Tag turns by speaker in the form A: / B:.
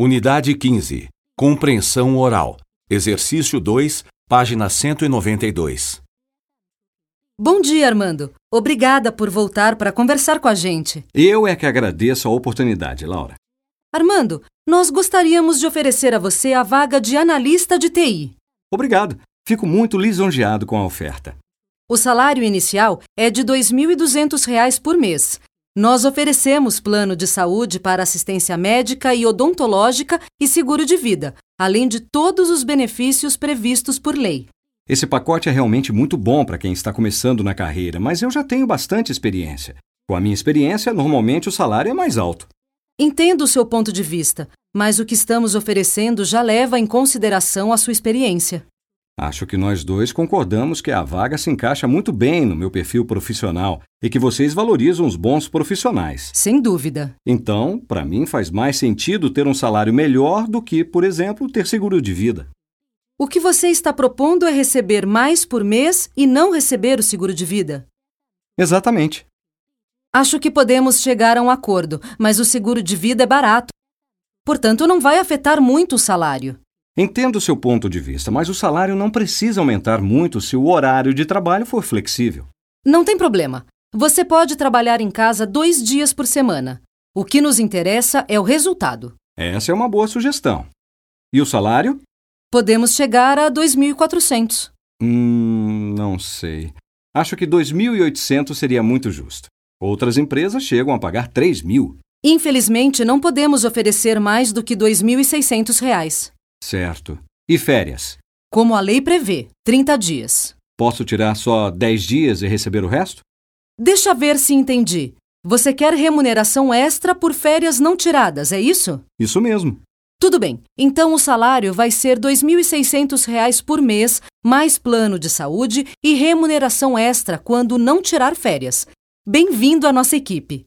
A: Unidade 15. Compreensão oral. Exercício 2, página 192.
B: Bom dia, Armando. Obrigada por voltar para conversar com a gente.
C: Eu é que agradeço a oportunidade, Laura.
B: Armando, nós gostaríamos de oferecer a você a vaga de analista de TI.
C: Obrigado. Fico muito lisonjeado com a oferta.
B: O salário inicial é de R$ 2.200 por mês. Nós oferecemos plano de saúde para assistência médica e odontológica e seguro de vida, além de todos os benefícios previstos por lei.
C: Esse pacote é realmente muito bom para quem está começando na carreira, mas eu já tenho bastante experiência. Com a minha experiência, normalmente o salário é mais alto.
B: Entendo o seu ponto de vista, mas o que estamos oferecendo já leva em consideração a sua experiência.
C: Acho que nós dois concordamos que a vaga se encaixa muito bem no meu perfil profissional e que vocês valorizam os bons profissionais.
B: Sem dúvida.
C: Então, para mim faz mais sentido ter um salário melhor do que, por exemplo, ter seguro de vida.
B: O que você está propondo é receber mais por mês e não receber o seguro de vida?
C: Exatamente.
B: Acho que podemos chegar a um acordo, mas o seguro de vida é barato. Portanto, não vai afetar muito o salário.
C: Entendo o seu ponto de vista, mas o salário não precisa aumentar muito se o horário de trabalho for flexível.
B: Não tem problema. Você pode trabalhar em casa dois dias por semana. O que nos interessa é o resultado.
C: Essa é uma boa sugestão. E o salário?
B: Podemos chegar a 2.400.
C: Hum, não sei. Acho que 2.800 seria muito justo. Outras empresas chegam a pagar 3 mil.
B: Infelizmente, não podemos oferecer mais do que R$ 2.600. reais.
C: Certo. E férias?
B: Como a lei prevê, 30 dias.
C: Posso tirar só 10 dias e receber o resto?
B: Deixa ver se entendi. Você quer remuneração extra por férias não tiradas, é isso?
C: Isso mesmo.
B: Tudo bem. Então o salário vai ser R$ 2.600 reais por mês, mais plano de saúde e remuneração extra quando não tirar férias. Bem-vindo à nossa equipe.